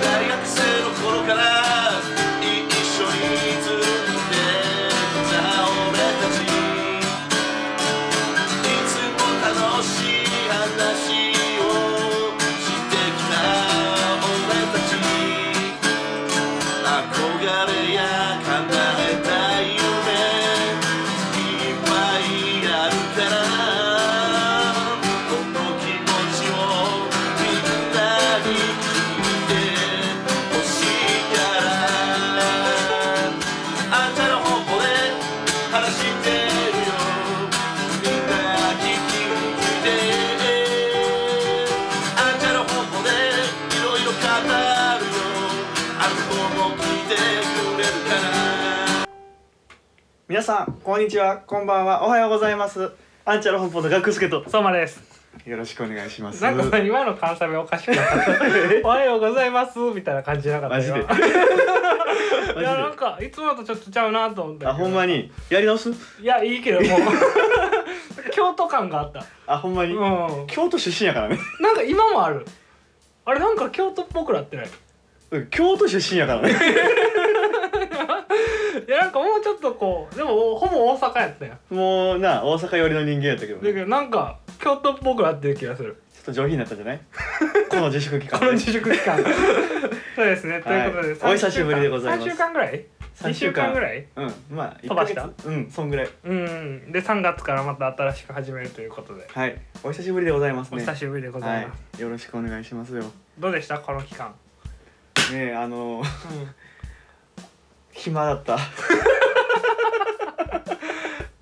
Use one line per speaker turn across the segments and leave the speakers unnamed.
大学生の頃から一緒にずっと出てた俺たちいつも楽しい話をしてきた俺たち憧れや叶えたい夢いっぱいあるからこの気持ちをみんなに聞いてほしいからあんたの方向で話してるよみんな聞き聞いてあんたの方向でいろいろ語るよあの方も聞いてくれるから
皆さんこんにちはこんばんはおはようございますアンチャルホッポのガクスケと
そうまです。
よろしくお願いします
なんかさ今の関西弁おかしくなかった。おはようございますみたいな感じじゃなかった
マジでマ
今
ジ
い
で
やなんかいつもとちょっとちゃうなと思ったけど
あほんまにやり直す
いやいいけどもう京都感があった
あほんま
う
に、
ん
京都出身やからね
なんか今もあるあれなんか京都っぽくなってない
うん京都出身やから ね
いやなんかもうちょっとこうでもほぼ大阪やったやん
もうな大阪寄りの人間やったけど
だけ
ねちょ
どなんか京都っぽくなってる気がする
っと上品になったんじゃないこの自粛期間、
この自粛期 間そうですね、ということで
お久しぶりでございます
3週間ぐらい
3
2週間ぐらい
うんまあ1
飛ばした
ヶ月うんそんぐらい
うんで3月からまた新しく始めるということで
はいお久しぶりでございます
お
ね
久しぶりでございます、
はい、よろしくお願いしますよね
どうでしたこの期間、
えあの 暇だった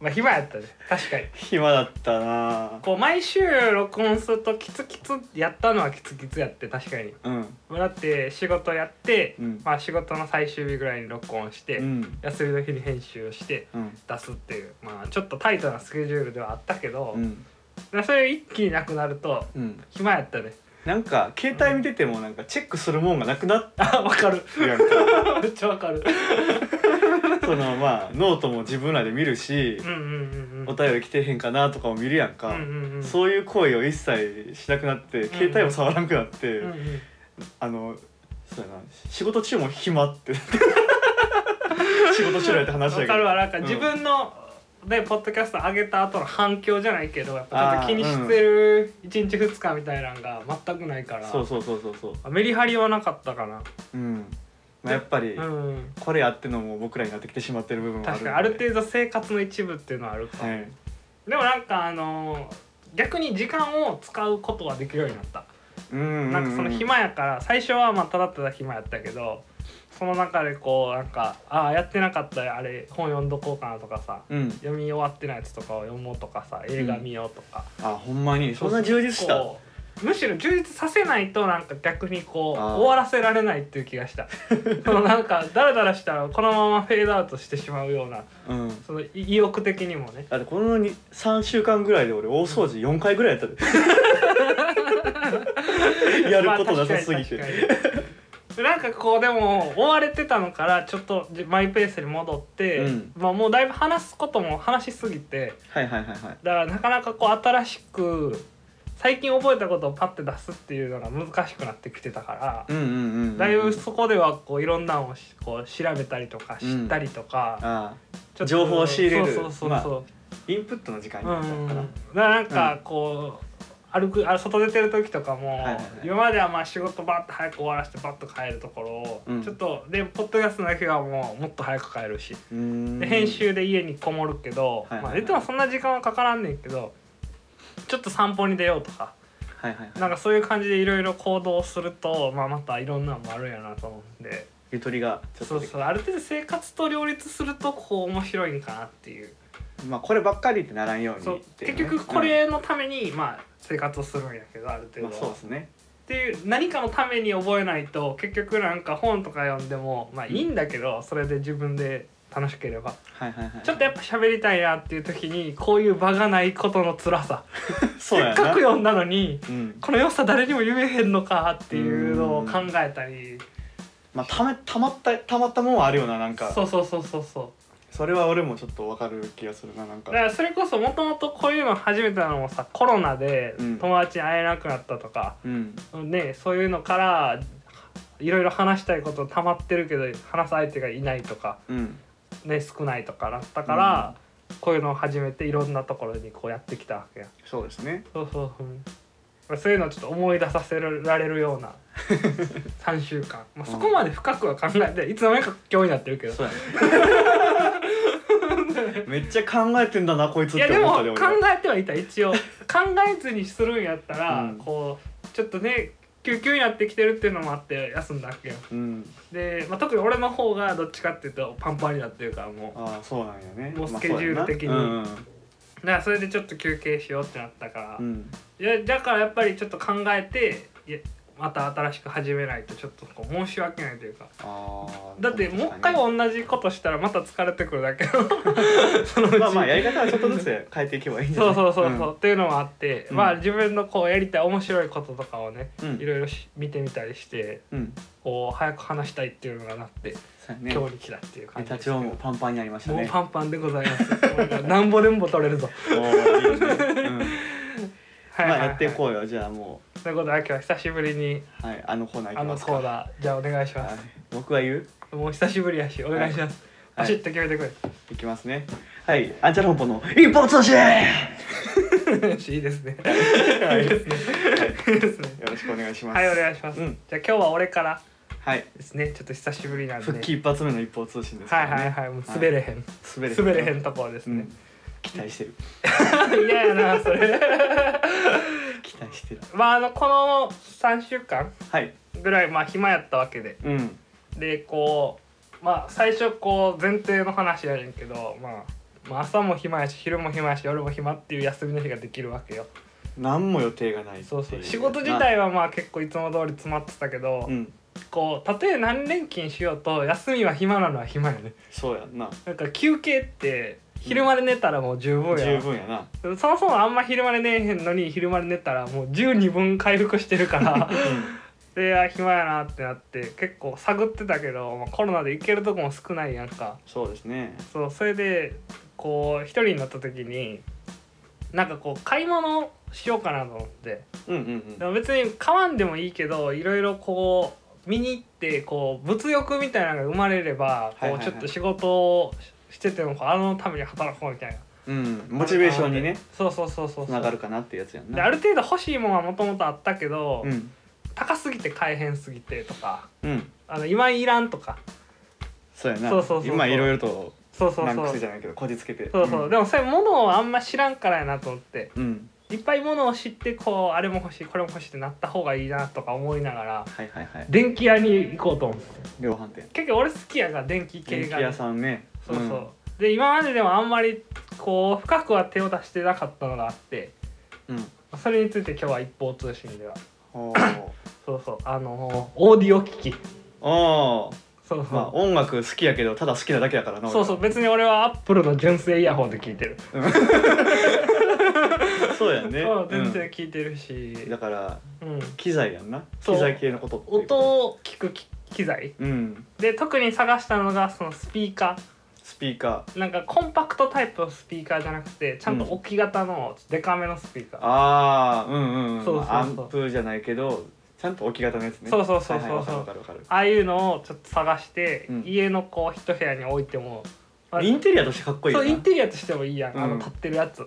まあ暇やったね確かに
暇だったな
こう毎週録音するとキツキツやったのはキツキツやって確かに
うん
まあだって仕事やって、
うん
まあ仕事の最終日ぐらいに録音して、
うん
休みの日に編集をして
うん
出すっていうまあちょっとタイトなスケジュールではあったけど
う、ん
まあそれ一気になくなると
うん
暇やったね
なんか携帯見ててもなんかチェックするもんがなくなっ
あわかる
てるやんか
めっちゃわ かる
そのまあノートも自分らで見るし
うんうんうんうん
お便り来てへんかなとかも見るやん
う
か
んうんうん
そういう行為を一切しなくなって携帯も触らなくなって、
うんうん
あのそうやな仕事中も暇って 仕事しろやって話だけ
わ
ど
かるわなんか
うん
自分の、でポッドキャスト上げた後の反響じゃないけどやっぱちょっ
あー
と気にしてる1日2日みたいなのが全くないから
そうそうそうそうそう
メリハリはなかったかな
うん、まあ、やっぱり
うん
これあってのも僕らになってきてしまってる部分もある
確かにある
度
程度生活の一部っていうのはあるか、
はい
でもなんかあのー逆に時間を使うことができるようになった、
うんうんうん
なんかその暇やから最初はまあただただ暇やったけどその中でこうなんかああやってなかったらあれ本読んどこうかなとかさ
うん
読み終わってないやつとかを読もうとかさ映画見ようとか、
あほんまにそんな充実した
こうむしろ充実させないとなんか逆にこ
あ
う
ー
終わらせられないっていう気がした そのなんかダラダラしたらこのままフェードアウトしてしまうような
うん
その意意欲的にもね
だってこのに3週間ぐらいで俺大掃除4回ぐらいやった でやることなさすぎて、
まあ確かに確かになんかこうでも追われてたのからちょっとじマイペースに戻って、
うん
まあ、もうだいぶ話すことも話しすぎて
はいはいはいはい
だからなかなかこう新しく最近覚えたことをパッて出すっていうのが難しくなってきてたから、
うんうんうんうん、
だいぶそこではこういろんなのをしこう調べたりとか知ったりとか、
ああ
ちょっと
情報を仕入れる
そうそうそうそう、
インプットの時間に
う
なっ
ん
ちゃ
う
うんか
う
ら
ん、だからなんかこう、歩くあ外出てる時とかも、
はいはい
今まではまあ仕事バッと早く終わらせてバッと帰るところを、
うん
ちょっとでポッドキャストだけはもうもっと早く帰るし、
うーん
で編集で家にこもるけど、
はいはいはい
まあ言ってもそんな時間はかからんねんけどちょっと散歩に出ようとか
はいはいは
なん
い
かそういう感じでいろいろ行動すると、まあ、またいろんなのもあるんやなと思うんで。
ゆとりがちょっ
そ
と
う
でき
そうある程度生活と両立するとこう面白いんかなっていう
まあこればっかりってならんように
そう
っていう
結
ね
局こ、れのために、まあ生活をするんやけどあ
う
る
ん
程
まあ、
度
そう
は、
ですね
っていう何かのために覚えないと結局なんか本とか読んでもまあいいんだけど、それで自分で楽しければ
はいはいはい
ちょっとやっぱ喋りたいなっていう時にこういう場がないことの辛さ
そう
せ
やな
っかく読んだのに
うん
この良さ誰にも言えへんのかっていうのを考えたり
まあためたまったたまったもんはあるよななんか
そうそうそうそうそう
それは俺もちょっとわかる気がするななんか
だからそれこそもともとこういうの始めたのもさコロナで
うん
友達に会えなくなったとか、
うん
ねそういうのからいろいろ話したいこと溜まってるけど話す相手がいないとか、
うん
ね、少ないとかなったから、こういうのを始めていろんなところにこうやってきたわけや
そうですね
そうそうそうそういうのをちょっと思い出させられるよう な3週間、まあ、そこまで深くは考えていつの間にか今日になってるけど
そうやね めっちゃ考えてんだなこいつ
い
っ
や
て
で
思っ
も
た
考
で俺は
えてはいた一応考えずにするんやったら、
うん
こうちょっとね救急になってきてるっていうのもあって休んだわけよ
うん
で、まあ、特に俺の方がどっちかっていうとパンパンになってるからも
ああそうなんやね
もう
まあ
スケジュ
そう
ール
やな
的に
うん
うだからそれでちょっと休憩しようってなったから、
うんうん
いやだからやっぱりちょっと考えていやまた新しく始めないとちょっとこう申し訳ないというか
ああ
だってもう一回
ま
同じことしたらまた疲れてくるだけそのうち
あまあやり方はちょっとずつ変えていけばいいんじゃ
そ
な
う
い
そうそうそう、っていうのもあって、
うん
まあ自分のこうやりたい面白いこととかをね、
うん
いろいろし見てみたりして
うんうん
こう早く話したいっていうのがなって、
そうやね
今日に来たっていう感じ
ネタ
ですけど
帳もパンパンになりました
も
ね
うパンパンでございますこれがなんぼでも取れるぞ
おーいいねうん
はい
まあ
はい、はい、
やっていこうよじゃあも
うということで今日は久しぶりに
うはいあのコーナーい
あ
き
の
ます
コ
か
ーナーじゃあお願いしま
はい
す、
僕は言う
もう久しぶりやしお願いします、
はい
パシッと決めてくれ、
いきますねはいアンチャル本舗の一本通信よ
い、いです
い
ねいいですねいいですね
ろしくお願いします
はいお願いします、
うん
じゃあ今日は俺から
はい
ですねちょっと久しぶりなんで
復帰一発目の一方通信ですか
はい
らね
はいはいもう滑れへん、
滑れ
滑れへんところです
うん
ね。
期待してる
嫌、やなそれ。
期待してる
まああのこの3週間
はい
ぐらいまあ暇やったわけで
うん
でこうまあ最初こう前提の話やねんけど、まあ、まあ朝も暇やし昼も暇やし夜も暇っていう休みの日ができるわけよ。
何も予定がないってい
そうそう仕事自体はまあ結構いつも通り詰まってたけど、
うん
こうたとえ何連勤しようと休みは暇なのは暇やね。
そうやんな
なんか休憩って昼まで寝たらもう十分やん
十分やな
そもそもあんま昼まで寝えへんのに昼まで寝たらもう12分回復してるから であ暇やなってなって結構探ってたけど、まあ、コロナで行けるとこも少ないやんか
そうですね
そうそれでこう一人になった時になんかこう買い物しようかなと思って
うんうん
でも別に買わんでもいいけどいろいろこう見に行ってこう物欲みたいなのが生まれれば
はいは
こう
いはい
ちょっと仕事をしててもこうあのために働こうみたいな
うんうんモチベーションにね
そうそうそうそうそう
つながるかなってやつやん
で
な
ある程度欲しいものはもともとあったけど、
うん
高すぎて買えへんすぎてとか
うん
あの今いらんとか
そうやな
そうそうそうそう
今いろいろと
そうそう
難
そう
癖じゃないけどこじつけて
そうそう、
ん
でもそれ物をあんま知らんからやなと思って
うん
いっぱい物を知ってこうあれも欲しいこれも欲しいってなった方がいいなとか思いながら
はいはいはい
電気屋に行こうと思って
量販店
結構俺好きやから電気系
電気
が、
屋さんね
そうそう、で今まででもあんまりこう深くは手を出してなかったのがあって
うんうん
それについて今日は一方通信では
おー
そうそうあのオーディオ機器
おー
そうそう、
まあ音楽好きやけどただ好きなだけだからな俺
そうそう別に俺はアップルの純正イヤホンで聞いてる、
そうやね
そう全
う
然
ん
聞いてるし、
だから
うん
機材やんな
そう
機材系のことっていう
音
こと
を聞くき機材
うん
で特に探したのがそのスピーカ
スピーカ
ーなんかコンパクトタイプのスピーカーじゃなくてちゃんと置き型のデカめのスピーカ
ー
ー、
ああうんうんうん
そうそうそう
まあアンプじゃないけどちゃんと置き型のやつね
そうそうそうそ
はいは
う
いわかるわかるわかる
ああいうのをちょっと探して、
うん
家のこう一部屋に置いても、まあ
インテリアとしてかっこいい
そ
よ
う
な
イン
立
テリアとしてもいいやん、あ
う
の
ん
立ってるやつ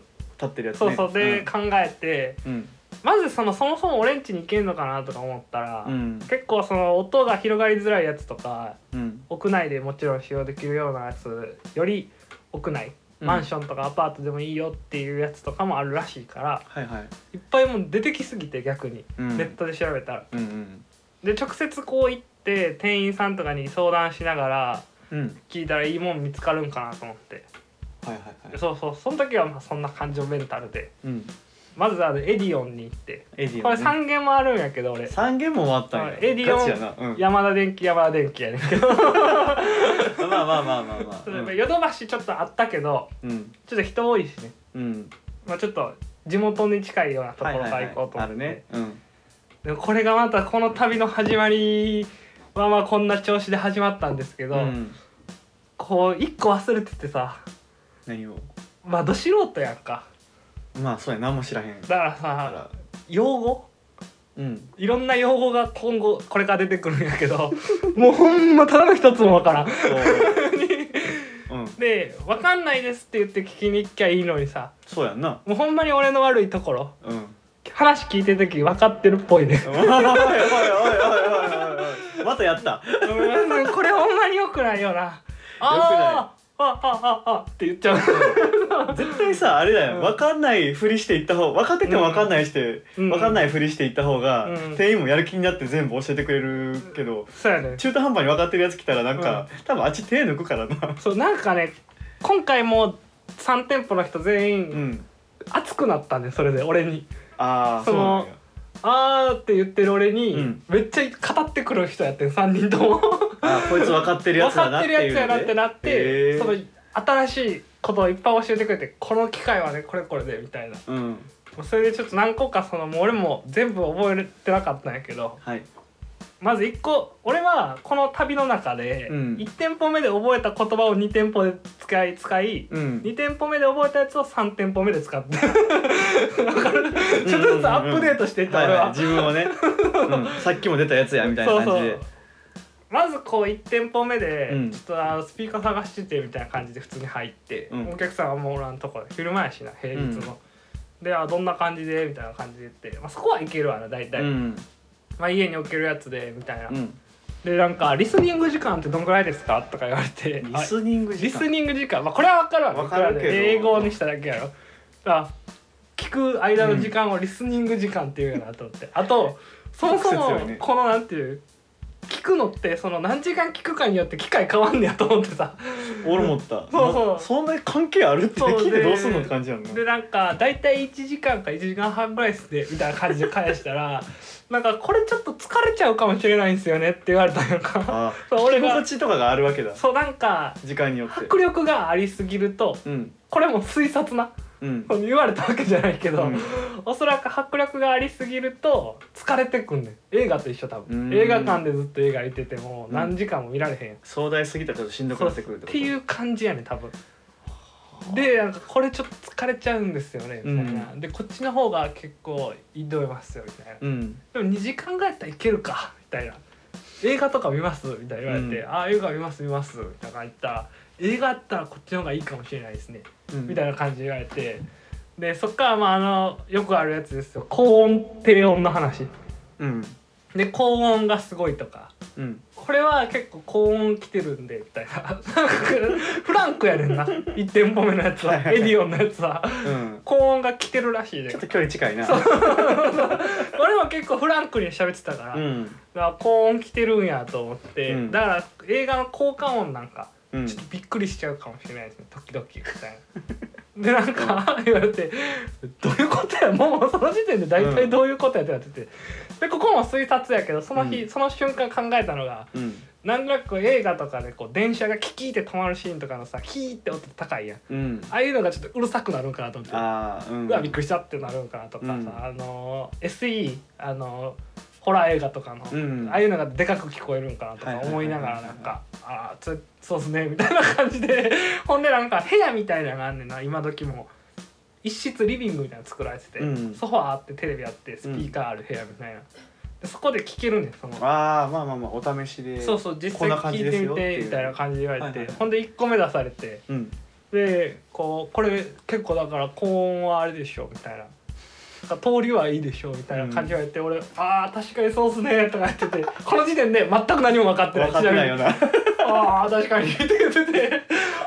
ってるやつ
そう
ね
そうで、考えて
うん
まずそのそもそも俺ん家に行けんのかなとか思ったら、
うん
結構その音が広がりづらいやつとか
うん
屋内でもちろん使用できるようなやつより屋内
うん
マンションとかアパートでもいいよっていうやつとかもあるらしいから
はいはい
いっぱいもう出てきすぎて逆に、
うん
ネットで調べたら。
うんうん
で直接こう行って店員さんとかに相談しながら
うん
聞いたらいいもん見つかるんかなと思って
はいはいはい
そうそうその時はまあそんな感情メンタルで
うん
まずあのエディオンに行って
エディオンね
これ3軒もあるんやけど俺
三軒も終わったんや
あエディオン
ガチやなうん
山田電機山田電機やねんけど
まあまあまあまあ まあうん
ヨドバシちょっとあったけど
うん
ちょっと人多いしね
うん
まあ、ちょっと地元に近いようなとこ
はい
ろ
はい
か
は
ら
い
行こうと思
あ
って、
るねうん
でもこれがまたこの旅の始まりまあまあこんな調子で始まったんですけど、
うん、
こう一個忘れててさ
何を
まあど素人やんか
まあそうや何も知らへん
だから
か
さ
ら
用語
うん
いろんな用語が今後これから出てくるんやけ どもうほんまただの一つもわからん
そううん
で「わかんないです」って言って聞きに行きゃいいのにさ
そうやんな
もうほんまに俺の悪いところ
うん
話聞いてる時分かってるっぽいね
おいおいおいおいおいおいまたやった
うん これほんま に良くないよなあーああああって言っちゃう
絶対さあれだよ、
うん
分かんないふりしていった方分かってても分かんないして、
うん
分かんないふりしていった方が、
うん
店員もやる気になって全部教えてくれるけど
そうやね
中途半端に分かってるやつ来たらなんか、多分あっち手抜くからな
そうなんかね今回も3店舗の人全
う
員
ん
熱くなったねそれで俺に
ああそ
そ
う
の
なんや
あーって言ってる俺に、
うん
めっちゃ語ってくる人やってん3人とも
あーこいつ分かってるや
分
つだ
か
な
っ
ってて
る
いうので
やつやなってなって、
へー
その新しいことをいっぱい教えてくれてこの機会はねこれこれでみたいな
うん
それでちょっと何個かそのもう俺も全部覚えてなかったんやけど
はい
まず1個俺はこの旅の中で
うん
1店舗目で覚えた言葉を2店舗で使い使い
うん
2店舗目で覚えたやつを3店舗目で使っ てわかるちょっとずつアップデートしていった
はい
俺
はい
は
自分をね、 うん、さっきも出たやつやみたいな感じで
まずこう1店舗目で
うん
ちょっとあのスピーカー探しててみたいな感じで普通に入って
うん
お客さんはもうおらんとこ昼前やしな平日の。であどんな感じでみたいな感じで言って、まあ、そこはいけるわな大体、
うん
まあ、家に置けるやつでみたいな、
うん
でなんか「リスニング時間ってどんぐらいですか?」とか言われて
リ
あ
スニング時
リス
間
ニング時間まあこれは分かるわ
わかるけど
僕らで英語にしただけやろあ聞く間の時間をリスニング時間っていうんやなと思って、あとそもそ
直接
も
よね
このなんていう聞くのってその何時間聞くかによって機会変わんねやと思ってさ
俺思った
そうそう
なそんな関係あるって
そう
聞いて
で
どうすんのって感じやんな
でなんか大体1時間か1時間半ぐらいですねみたいな感じで返したらなんかこれちょっと疲れちゃうかもしれないんですよねって言われたんやんか
あ
そう
俺
俺が
心地とかがあるわけだ
そうなんか
時間によって
迫力がありすぎると
うん
これも推察な
うん
言われたわけじゃないけど、
うん
おそらく迫力がありすぎると疲れてくんねん映画と一緒多
う
分
ん
映画館でずっと映画見てても
うん
何時間も見られへんやん、
壮大すぎたらちょっとしんどく
そう
な
っ
ってくるってこと
ていう感じやねん多分でなんかこれちょっと疲れちゃうんですよねみたいな、でこっちの方が結構挑めますよみたいな、
うん
でも2時間ぐらいやったらいけるかみたいな映画とか見ますみたいな言われて「
うん
ああ映画見ます見ます」みたいな言ったら「映画やったらこっちの方がいいかもしれないですね」みたい
な
な感じで言われてでそっからまああのよくあるやつですよ高音低音の話
うん
で高音がすごいとか
うん
これは結構高音来てるんでみたいな なんかフランクやねんな1店舗目のやつは
はいはい
エディオンのやつは
うん
高音が来てるらしいで
ちょっと距離近いな
俺も結構フランクに喋ってたから,、だか
ん
ら高音来てるんやと思って、
うん
だから映画の効果音なんか
うん
ちょっとびっくりしちゃうかもしれないですね時々みたいな。でなんか言われて「どういうことやもうその時点で大体どういうことや」ってなっててでここも推察やけどその日、
うん
その瞬間考えたのが
うん
なんとなく映画とかでこう電車がキキーって止まるシーンとかのさキーって音高いやん
うん
ああいうのがちょっとうるさくなるんかなと思って
ああうん
うわびっくりしたってなるんかなとかさ、
うん
あの SE あのホラー映画とかの、
うん
ああいうのがでかく聞こえるんかなとか思いながら
はいはいはいはい
なんか「ああつそうっすね」みたいな感じで ほんでなんか部屋みたいなのがあんねんな今時も一室リビングみたいなの作られてて、
うん
ソファーあってテレビあってスピーカーある部屋みたいな、でそこで聞けるねんその。
ああまあまあまあお試しで
そうそう実
こ
際
んな感じ
聞
で
い
す
て
よっ
み
てい
て
う
みたいな感じで言われて、
はいはいはい
ほんで1個目出されて
うん
でこうこれ結構だから高音はあれでしょみたいな。なんか通りはいいでしょみたいな感じを言って、俺「あー確かにそうっすね」とか言っててこの時点で全く何も分かってない
分かってないよ
ち
な
なみにあー確かに」って言ってて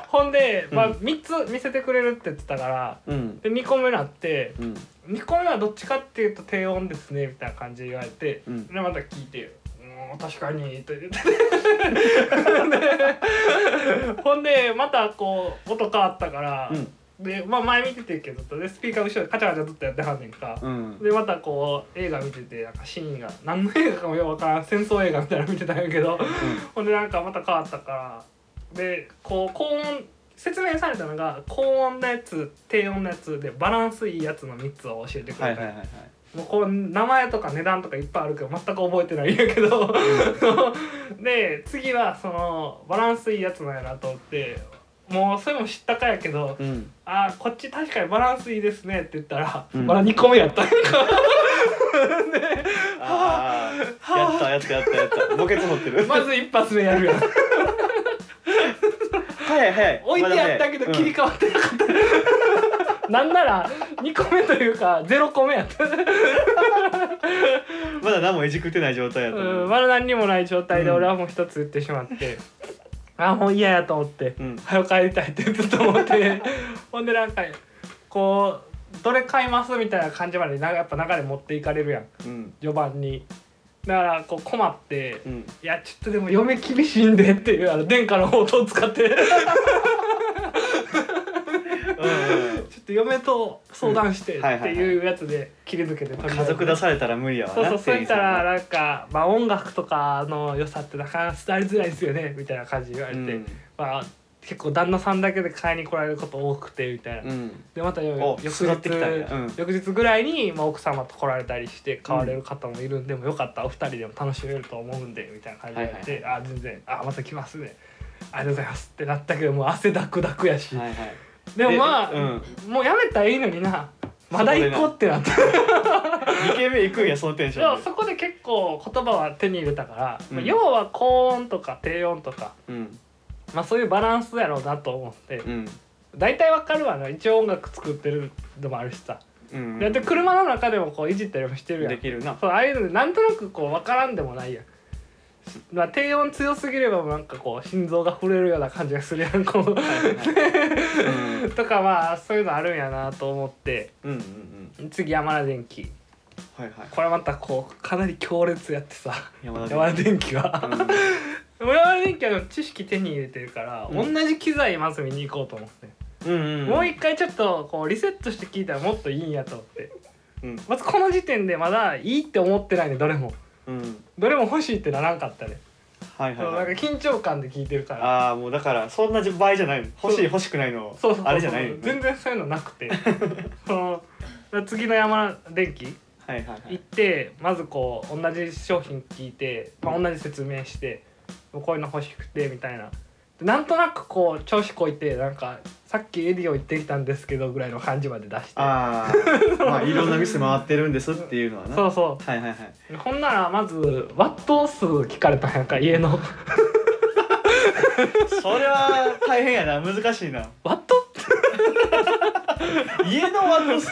ほんで、まあ、3つ見せてくれるって言ってたから
うん
で2個目になって
うん
2個目はどっちかっていうと低音ですねみたいな感じで言われて、
うん
でまた聞いて「うーん確かに」と言って でほんでまたこう音変わったから、
うん
でまあ前見ててんけどでスピーカー後ろでカチャカチャずっとやってはんねんか、
うん
でまたこう映画見ててなんかシーンが何の映画かもよくわからん戦争映画みたいなの見てたんや けど、ほんでなんかまた変わったからでこう高音説明されたのが高音のやつ低音のやつでバランスいいやつの3つを教えてく
はい
れ
はいはい
た、
はい
もうこれ名前とか値段とかいっぱいあるけど全く覚えてないんやけど で次はそのバランスいいやつなんやなと思ってもうそれも知ったかやけど、
うん
あーこっち確かにバランスいいですねって言ったら、
うん
まだ2個目やったんや
ああやったやったやったやった墓穴持ってる
まず一発目やるや ん
早い早い
置いてやったけど切り替わってなかった、 なんなら2個目というか0個目やった、
まだ何もえじくってない状態やった
うん、まだ何にもない状態で俺はもう一つ言ってしまって、あーもう嫌やと思って、
うん
早く帰りたいってずっと思って ほんでなんかこうどれ買いますみたいな感じまでなやっぱ流れ持っていかれるやん
うん
序盤にだからこう困って、
うん
いやちょっとでも嫁厳しいんでっていうあの殿下の宝刀を使って
うん
ちょっと嫁と相談してっ
はいはい
て
はい
いうやつで切り抜けて取り
家族出されたら無理やわ
そう
な
そうそういったら
っ
なんか、まあ、音楽とかの良さってなかなか伝えづらいですよねみたいな感じで言われ
う
て、
ん
まあ結構旦那さんだけで買いに来られること多くてみたいな、
うん
でまたよ
お
翌
すがってきたんや
日、
うん
翌日ぐらいに、まあ、奥様と来られたりして買われる方もいるんで、もうよかったらお二人でも楽しめると思うんでみたいな感じで言って、
はい
あ全然あまた来ますねありがとうございますってなったけどもう汗だくだくやし、
はいはい
でもまあ、
うん
もうやめたらいいのになまだ行こうってなった
2軒目行くんやそのテンシ
でも
ョンで
そこで結構言葉は手に入れたから、ま
う
あ
ん
要は高音とか低音とか、
うん
まあ、そういうバランスやろうなと思って、
うん
大体わかるわな一応音楽作ってるのもあるしさ、
うん
だって車の中でもこういじったりもしてるやん
でき るな
そうああいうのでなんとなくこう分からんでもないやん、まあ、低音強すぎればなんかこう心臓が震えるような感じがするやんこう
うん
とかまあそういうのあるんやなと思って
うんうん
次山田電機
はいはい
これまたこうかなり強烈やってさ
山田
山田電機は
うん
山田電機はでも知識手に入れてるから、
うん
同じ機材まず見に行こうと思って、
うんうん
もう一回ちょっとこうリセットして聞いたらもっといいんやと思って
うん
まずこの時点でまだいいって思ってないねどれも
うん
どれも欲しいってならんかったね
はいはい
そう
は
ないんか緊張感で聞いてるから
ああもうだからそんな場合じゃないの欲しい欲しくないの
そうそうそう
あれじゃないのね
全然そういうのなく てその次の山電機
はいはいは
行っ
い
てまずこう同じ商品聞いて、まあ、同じ説明してこういうの欲しくてみたいなでなんとなくこう調子こいてなんかさっきエディオ行ってきたんですけどぐらいの感じまで出して
あ あまあいろんな店回ってるんですっていうのはな
そうそ
はいはいはいう
ほんならまずワット数聞かれたんやんか 家の
それは大変やな難しいな
ワット
家のワンドス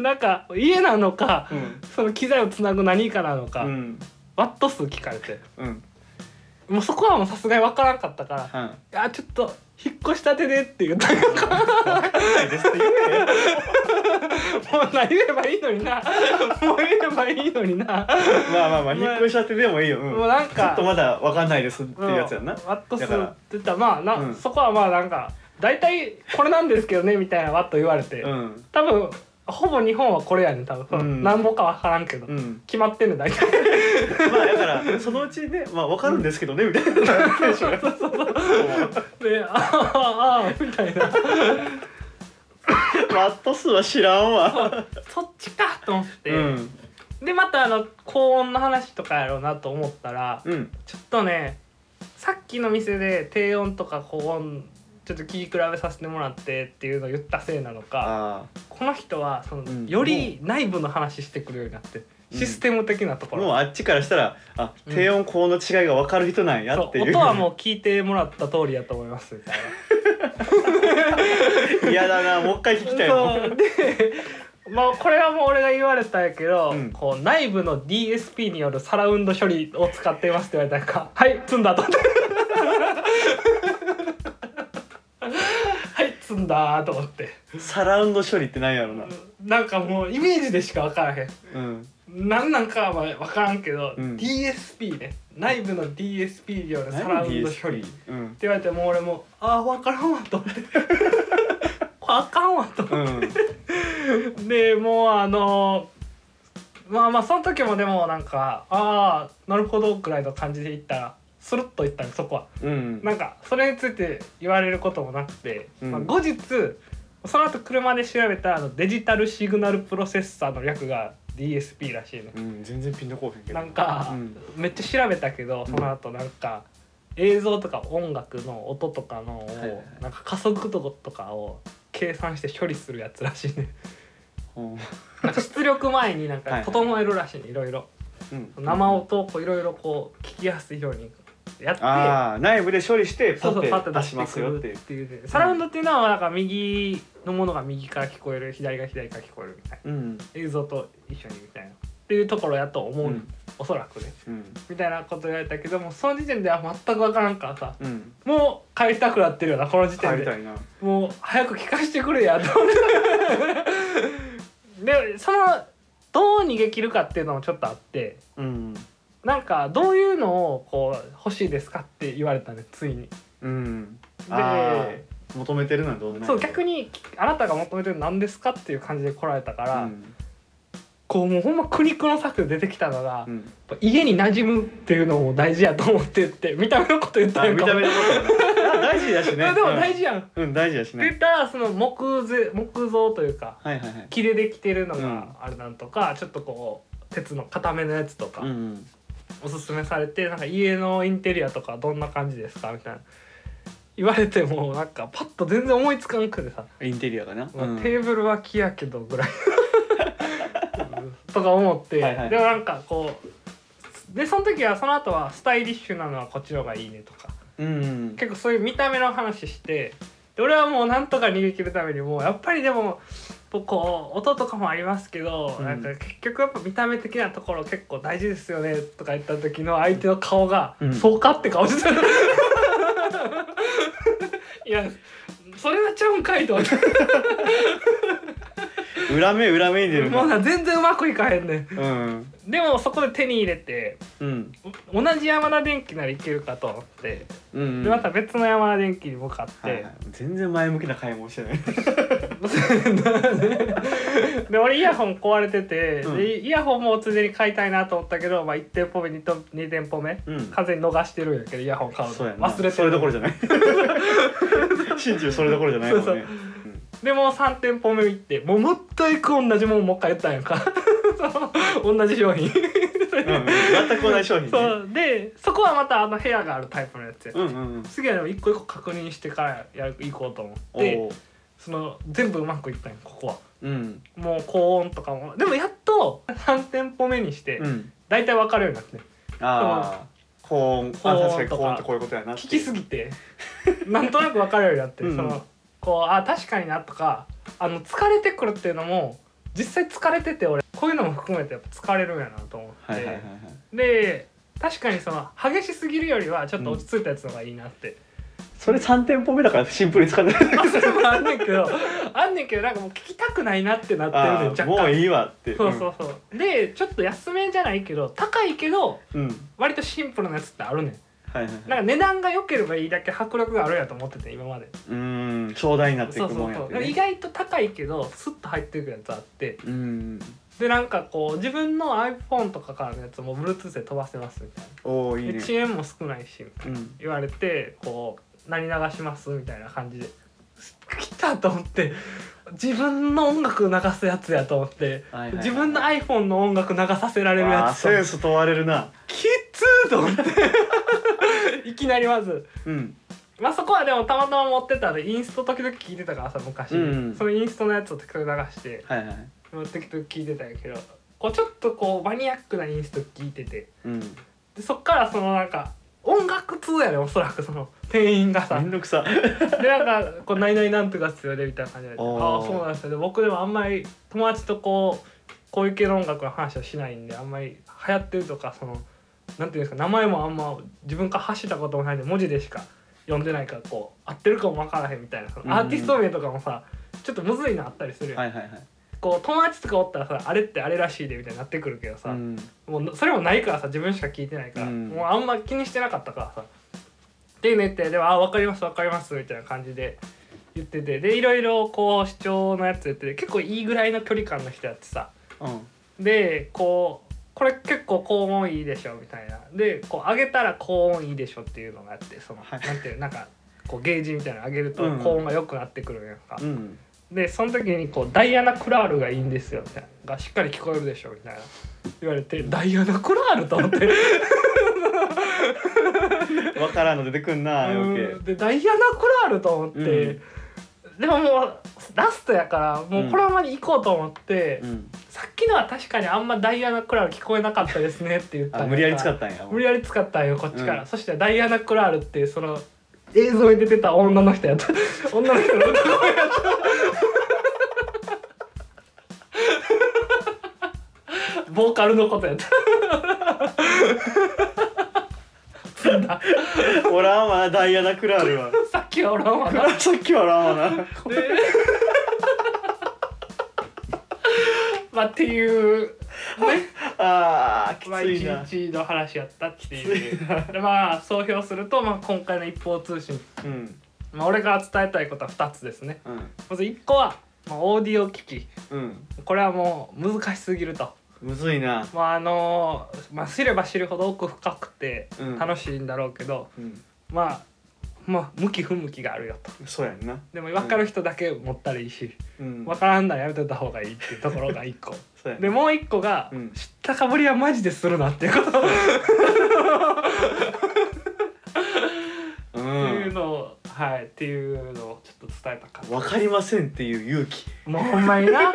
なんか家なのか
うん
その機材をつなぐ何かなのか、
うん
ワット数聞かれて
うん
もうそこはもうさすがに分からんかったから
はい
「あちょっと引っ越したてで」って言ったら
ないですって言うね
もうな言えばいいのに なもう言えばいいのにな
まあまあまあ引っ越しちゃってでもいいよ、うん、
もうなん
ち
か
ょっとまだわかんないですっていうやつやんな
うんワットス
だ
って
から
言ったらまあな、
うん
そこはまあなんか大体これなんですけどねみたいなワット言われて、
うん
多分ほぼ日本はこれやねん多分、
うん
なんぼか分からんけど、
うん
決まってんねん 大体
まあだからそのうちねまあわかるんですけどねみたいな テンションが
で「ああああ」みたいな
ワット数は知らんわ
そっちかと思って、
うん
でまたあの高音の話とかやろうなと思ったら、
うん
ちょっとねさっきの店で低音とか高音ちょっと聴き比べさせてもらってっていうのを言ったせいなのか
あ
この人はその、
ん
より内部の話してくるようになって
うん
システム的なと
あ
こ
もう
ろ、
あっちからしたらあ低音高音の違いがわかる人なんや
そ
って
う
いう
音はもう聞いてもらった通りやと思いますみたいな。
嫌だなもう一回聞きたいもん
そうでまあこれはもう俺が言われたんやけど、
うん
こう内部の DSP によるサラウンド処理を使っていますって言われたから「はい積んだ」と思ってはい積んだと思って
サラウンド処理ってなんやろな
なんかもうイメージでしか分からへん
うん
なんなんかは分からんけど、
うん
DSP ね内部の DSP によるサラウ
何
ンド処理
DSP うん
って言われてもう俺も「ああ分からんわ」と 思って「これあかんわ」と思って
うん
でもうあのまあまあその時もでもなんかああなるほどくらいの感じで行ったらスルッと行ったのそこは
うん
なんかそれについて言われることもなくて、
うん
まあ、後日その後車で調べたあのデジタルシグナルプロセッサーの略が DSP らしいね
うん全然ピンとこうへんけど
なんか、
うん
めっちゃ調べたけどその後なんか、映像とか音楽の音とかのを、
いはいはい
なんか加速度とかを計算して処理するやつらしいね
うん
なんか出力前になん
はい
か
はい
整えるらしいねいろいろ
うん
生音をこういろいろこう聞きやすいようにやって
ああ内部で処理してパ
そうそうパッ
ッ
と
て
出
出
し
し
ま
ますす
よ
よ
っ
ってて
い
いうう
サラウンドっていうのはなんか右のものが右から聞こえる左が左から聞こえるみたい
うん
な映像と一緒にみたいなっていうところやと思う、
うん
おそらくね
うん
みたいなこと言われたけどもその時点では全く分からんからさ
うん
もう帰りたくなってるよなこの時
帰
点
りた
で
いな
もう早く聞かせてくれやと 思ってでそのどう逃げ切るかっていうのもちょっとあって
うん
なんかどういうのをこう欲しいですかって言われたねついに。
うん
で
ああ求めてるのはどんな
そう逆
に
にあなたが求めてるの何ですかっていう感じで来られたか
う
ら、
ん
こうもうほんま苦肉の策で出てきたのが、
う
やっ
ん
ぱ家に馴染むっていうのも大事やと思ってって見た目のこと言った
あ
やん
見
か
た目のことだなあ大事だしね
でも大
事
事やん、って
うん大事だし
言
ね
ったらその木造木造というか
はいはいはい
木でできてるの
う
が
ん
あれなんとか、ちょっとこう鉄の固めのやつとか、
うんうん
おすすめされてなんか家のインテリアとかどんな感じですかみたいな言われてもなんかパッと全然思いつかんくてさ
インテリアがな
まあ
うん
テーブルは木やけどぐらい とか思って、
はいはい
でもなんかこうでその時はその後はスタイリッシュなのはこっちの方がいいねとか
うん
結構そういう見た目の話してで俺はもうなんとか逃げ切るためにもうやっぱりでもこう音とかもありますけど、
うん
なんか結局やっぱ見た目的なところ結構大事ですよねとか言った時の相手の顔が「
うん
そうか?」って顔して たいやそれはちゃうんかいと思って
裏目裏目に出る
もう
な
な全然うまくいかへんねん
うん
でもそこで手に入れて
うん
同じ山田電機ならいけるかと思って、
うん
でまた別の山田電機に向かって、
はいはい全然前向きな買い物してない
で俺イヤホン壊れてて、
うん
でイヤホンもついでに買いたいなと思ったけど、まあ、1店舗目 2, と2店舗目
うん
完全に逃してるんやけどイヤホン買うの
そうやな
忘れて
それどころ
る
じゃない 真珠それどころじゃないもん
そうそ
ね
うでもう3店舗目行ってもうもっと行く同じもんもう一回やったんやんか その同じ商品
うんうん全く同じ商品ね
そうでそこはまたあの部屋があるタイプのやつや
うんうんうん
次はでも一個一個確認してからやる行こうと思っ
お
て
ー
その全部うまくいったんよここは
うん
もう高音とかもでもやっと3店舗目にして
うん
大体分かるようになって、
ああ高音あ
高音
確かに
と
高
か
音ってこういうことやな
聞きす
ぎ
ぎ てなんとなく分かるようになって
うん
そのこうあ確かになとかあの疲れてくるっていうのも実際疲れてて俺こういうのも含めてやっぱ疲れるんやなと思って、
はいはいはいはい
で確かにその激しすぎるよりはちょっと落ち着いたやつの方がいいなって、
それ3店舗目だからシンプルに使って ない
まあ それもあんねんけどあんねんけどなんかもう聞きたくないなってなってるね
あ
ん若
あ
干
もういいわって
そうそうそう、でちょっと安めじゃないけど高いけど
うんうん
割とシンプルなやつってあるねん
はいはい
な
は
ん
い
か値段が良ければいいだけ迫力があるんやと思ってて今まで
うーん壮大になってい
そう
く
そ
もん
う
や
そう
っ
でも
てね
意外と高いけどスッと入っていくやつあって
うん
でなんかこう自分の iPhone とかからのやつも Bluetooth で飛ばせますみたい
おおいい
な
ね
で遅延も少ないし
うん
言われてこう何流しますみたいな感じで来たと思って自分の音楽流すやつやと思って、
はいはいはい
自分の iPhone の音楽流させられる
あ
や
ー
つ
セン
と
ス問われるな
きつーと思って いきなりまず。
うん
まあそこはでもたまたま持ってたんでインスト時々聞いてたからさ昔、
うん
そのインストのやつを適当に流して
はいはい
時々聞いてたんやけどこうちょっとこうマニアックなインスト聞いてて
うん
でそっからそのなんか音楽通やねおそらくその店員がさ
めんどくさ
でなんかこう「ないないなんとかっすよね」みたいな感じで「ああ
あー
ーそうなんですよね」で僕でもあんまり友達とこうこういう系の音楽の話をしないんであんまり流行ってるとかそのなんていうんですか名前もあんま自分から発したこともないんで文字でしか読んでないからこう合ってるかもわからへんみたいなそ
うん
のアーティスト名とかもさちょっとむずいのあったりするよ、
はいはいはい
こう友達とかおったらさあれってあれらしいでみたいになってくるけどさ、
うん
もうそれもないからさ自分しか聞いてないから、
うん
もうあんま気にしてなかったからさ。っていうの言ってでも「あ分かります分かります」みたいな感じで言っててでいろいろこう主張のやつ言ってて結構いいぐらいの距離感の人やってさ
うん
でこう「これ結構高音いいでしょ」みたいなでこう上げたら高音いいでしょっていうのがあってその、
はい
なんていうなんかこうゲージみたいなの上げると
うん
高音が良くなってくるやんか。
うん
でその時にこう「ダイアナ・クラールがいいんですよ」みたいながしっかり聞こえるでしょみたいな言われて「ダイアナ・クラール?」と思 って
わからんの出てくんな余計
うんでダイアナ・クラールと思って、
う
でももうラストやからもうこのままに行こうと思って、
うん
さっきのは確かにあんまダイアナ・クラール聞こえなかったですねって言ったん
あ
や
無理やり使ったんや
無理やり使ったんよこっちから、
うん
そしてダイアナ・クラールっていうその映像に出てた女の人やった 女の人の歌声やったボーカルのことやった そうだ
おらんわなダイアナ・クラールは
さっきはおらんわな
さっきはおらんわな
で まあっていう ね
あーき
まあ
ついな
一日の話やったってい
きついう
でまあ総評すると、まあ、今回の一方通信、
うん
まあ、俺が伝えたいことは2つですね
うん
まず1個は、まあ、オーディオ機器
うん
これはもう難しすぎると。
むずいな
まああのまあ、知れば知るほど奥深くて
うん
楽しいんだろうけど、
うん
まあまあ向き不向きがあるよと
そうやんな
でも分かる人だけ持ったらいいし、
うん
分からんならやめといた方がいいっていうところが1個
そうやな
でもう1個が、
うん
知ったかぶりはマジでするなっていうことっ
う
ていうんのを、はいっていうのをちょっと伝えたかった
わかりませんっていう勇気
もうほんまにな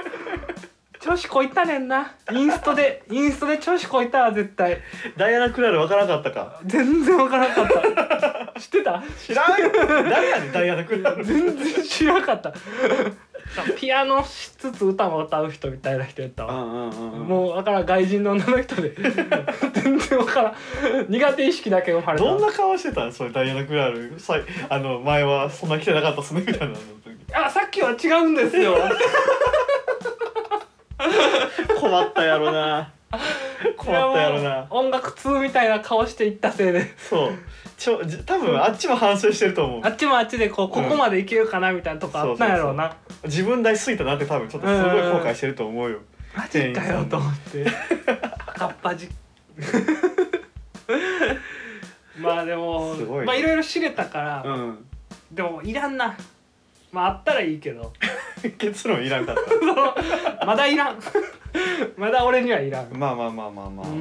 調子こいたねんなインストでインストで調子こいたわ絶対
ダイアナ・クラールわからなかったか
全然わからなかった知ってた
知らんよ誰やねんダイアナ・クラール
全然知らなかったピアノしつつ歌も歌う人みたいな人やった
う
わ
んうんうんうん
もうだからん外人の女の人で全然わからん苦手意識だけ生まれた
どんな顔してたんそれダイアナ・クラールさいあの前はそんな来てなかったっすねみたいなの時
あさっきは違うんですよ
困ったやろな困ったやろ
いやも
な
う音楽通みたいな顔していったせいで
そうちょじ多分あっちも反省してると思う
あっちもあっちでこうここまでいけるかなみたいなとこあったんやろうな、
自分大すぎたなって多分ちょっとすごい後悔してると思うよ
マジかよと思って赤っ端 まあです
ごい
も
ね
まあいろいろ知れたから、
うん
でもいらんなまああったらいいけど
結論いらんかっ
まだいらん まだ俺にはいら
た
ん
まあまあまあまあまあま
う
あ
ん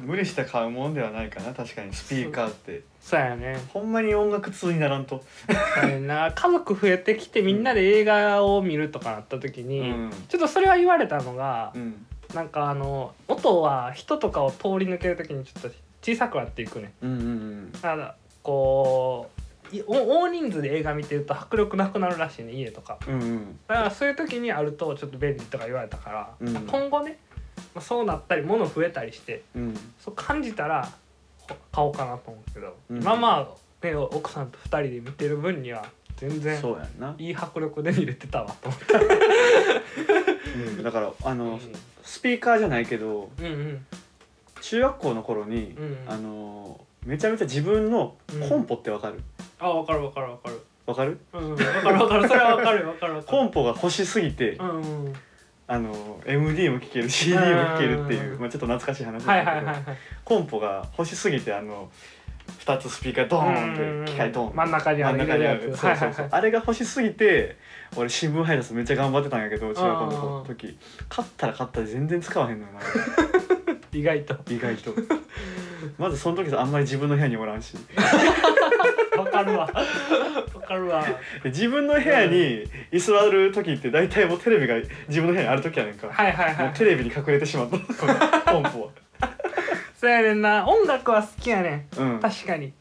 無理して買うもんではないかな確かにスピーカーって
そうやね
ほんまに音楽通にならんと
そうやな家族増えてきてみんなで映画を見るとかなった時
う
に、
ん
ちょっとそれは言われたのが
う、ん
なんかあの音は人とかを通り抜ける時にちょっと小さくなっていくね
うんうん
ただこういお大人数で映画見てると迫力なくなるらしいね家とか
うんうん
だからそういう時にあるとちょっと便利とか言われたから、
うん
今後ねまあそうなったり物増えたりして
うん
そう感じたらほ買おうかなと思うけど、
うん
まあまあ、ね、奥さんと2人で見てる分には全然
そうやんない
い迫力で見れてたわと思って
うんだからあのスピーカーじゃないけど
うんうん
中学校の頃に
うんうん
あのめちゃめちゃ自分のコンポってわかる
あ分かる分かる分かる
わかる
うん分かる分かるそれは分かる分かる分かる
コンポが欲しすぎて
うんうん
あの MD も聴ける CD も聴けるっていううんまあちょっと懐かしい話
は
ないん
は
だ
い
け
はい
ど
はい
コンポが欲しすぎてあの2つスピーカードーンって機械ドーン
真ん中にあ
真ん
る
中にある
は
そ
いうは
そ
いうは
そ
いう
あれが欲しすぎて俺新聞配達めっちゃ頑張ってたんやけど中学校の時買ったら買ったで全然使わへんのよな
意外と
意外 とまずその時あんまり自分の部屋におらんし
わかるわわかるわ
で自分の部屋に居座る時って大体もうテレビが自分の部屋にある時やねんか、
はいはいは
もう
い
テレビに隠れてしまったコンポは
そうやねんな音楽は好きやね
うん
ん確かに、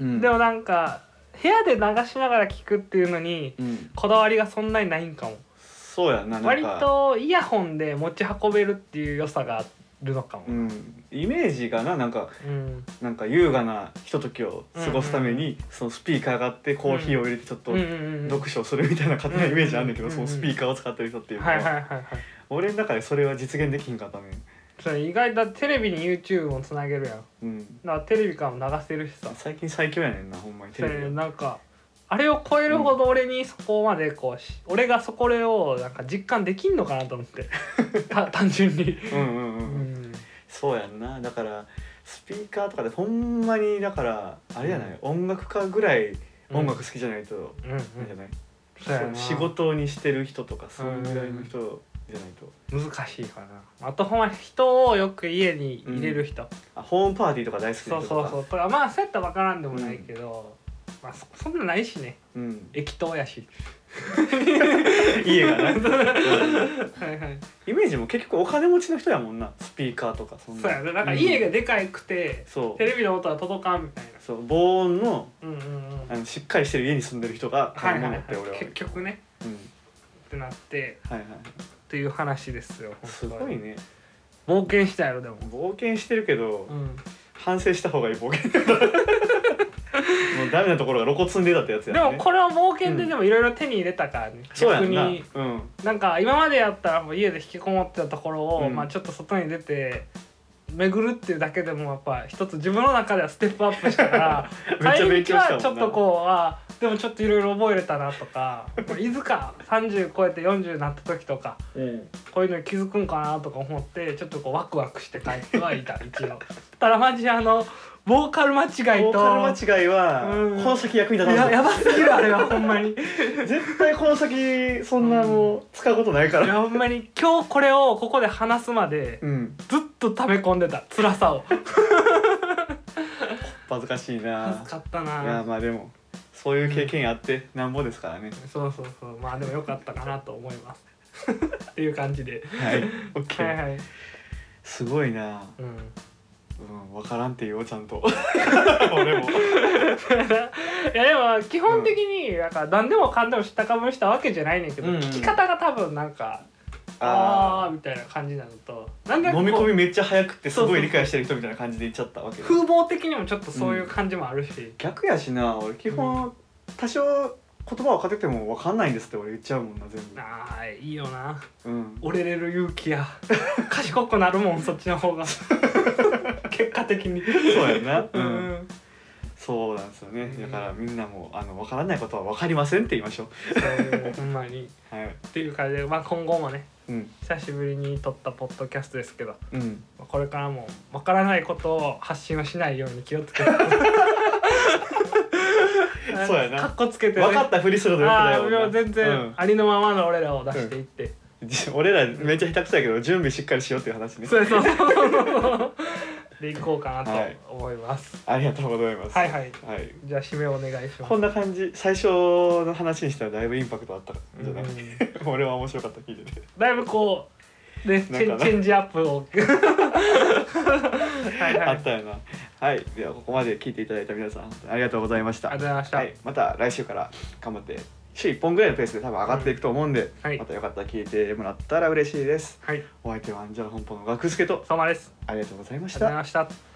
うん
でもなんか部屋で流しながら聴くっていうのに
うん
こだわりがそんなにないんかも
そうやななんか
割とイヤホンで持ち運べるっていう良さがあるのかも、
うん、イメージがななんか
うん
なんか優雅なひとときを過ごすために、そのスピーカーがあってコーヒーを入れてちょっと
うんうんうん
読書をするみたいな勝手なイメージあるんだけど、
うんうん
そのスピーカーを使ってる人っていうのは,、
はいはいはいはい
俺の中でそれは実現できひんかったね、
それ意外とテレビに YouTube もつなげるやんだ
うん、
からテレビからも流せるしさ
最近最強やねんなほんまにテ
そう
レ
やね
ビが
なんかあれを超えるほど俺にそこまでこうし、俺がそこれをなんか実感できんのかなと思って た単純に、
うんうんうん、うん、
ん、
そうやんなだからスピーカーとかでほんまにだからあれじゃない、音楽家ぐらい音楽好きじゃないと、
うんうん
じゃない
そうやな
仕事にしてる人とかそういうぐらいの人じゃないと、
難しいかなあとほんま人をよく家に入れる人、
あホームパーティーとか大好きな
そう
人
そ
と
う
か
そうとかまあそうやったら分からんでもないけど、まあそそんなないしね
うん、
駅頭やし
家がない
はいは い
イメージも結局お金持ちの人やもんなスピーカーとかそんな
そうやななんか家がでかいくて、
そう
テレビの音は届かんみたいな
そう防音の
うんうんうん
あのしっかりしてる家に住んでる人が
はいはい、
物
は
や
い
って、俺は、
結局ね
うん、
ってなって
はいはい
という話ですよ
すごいね
冒険したやろでも、
冒険してるけど、
ん、
反省した方がいい冒険 もうダメなところが露骨に出たってやつや
で
ね
もこれは冒険
う
で
ん
でもいろいろ手に入れたからね、
そうや
逆
んな、う
に
ん、
なんか今までやったらもう家で引きこもってたところを、
うん
まあちょっと外に出て巡るっていうだけでもやっぱ一つ自分の中ではステップアップしたから
めっちゃ
帰
勉
り道
強したもん
は
な
ちょっとこうあでもちょっといろいろ覚えれたなとかこれいつか30超えて40になった時とか
うん、
こういうのに気づくんかなとか思ってちょっとこうワクワクして帰ってはいた 一応ただマジあのボーカル間違い
ボ
と
ーカル間違いは、
うん
この先役に立た
や
ない
やばすぎるあれはほんまにい
絶対この先そんなもう使うことないから
やほんまに今日これをここで話すまで
うん
ずっと溜め込んでた辛さを
恥ずかしい
恥ず
な
かった
いや
な
まあでもそういう経験あってなんぼですからね、
そうそうそうまあでもよかったかなと思います っていう感じで
はい
はい
OK
はい、
すごいな
うん、
うん分からんって言おうちゃんと 俺も
いやでも基本的になんか何でもかんでも知ったかぶりしたわけじゃないねんけど、
うんうん
聞き方が多分なんかあ
あ
ーみたいな感じなのとなん
ー
か
飲み
こ
込
う
みめっちゃ早くってすごい理解してる人みたいな感じで言っちゃったわけだ
風貌的にもちょっとそういう感じもあるし、
逆やしな俺基本、多少言葉をかけても分かんないんですって俺言っちゃうもんな全
なあいいよな
部うん
折れれる勇気や賢くなるもんそっちの方が結果的に
そうやんな、
う、
うんん、そうなんですよね、
うん
だからみんなもあの分からないことは分かりませんって言いましょ
そうほんまに
うはい
っていう感じで、まあ、今後もね
うん
久しぶりに撮ったポッドキャストですけど
うん
まあこれからもわからないことを発信はしないように気をつけて
そうやな
かっこつけて、
分かったふりするのよくない
あ
も
あ
んな
もう全然、
うん
ありのままの俺らを出していって、
俺らめっちゃ下手くそやけど準備しっかりしようっていう話ね
そうそうそう そうでいこうかな
はい
と思います、
ありがとうございます
はい、はい
はい、
じゃあ締めお願いします
こんな感じ最初の話にしたらだいぶインパクトあった
うん
じゃない、俺は面白かった聞いてて
だいぶこうねチ
なんか
ェン
な
チェンジアッ プをはいはい
あったよなはいではここまで聞いていただいた皆さん本当にありがとうございました
ありがとうございました
はい、また来週から頑張って週1本ぐらいのペースで多分上がっていくと思うんで、
はい
またよかったら聞いてもらったら嬉しいです
はい
お相手はアンジャラ本舗の学助と
相馬です
ありがとうございまし
ありがとうござい
た
ました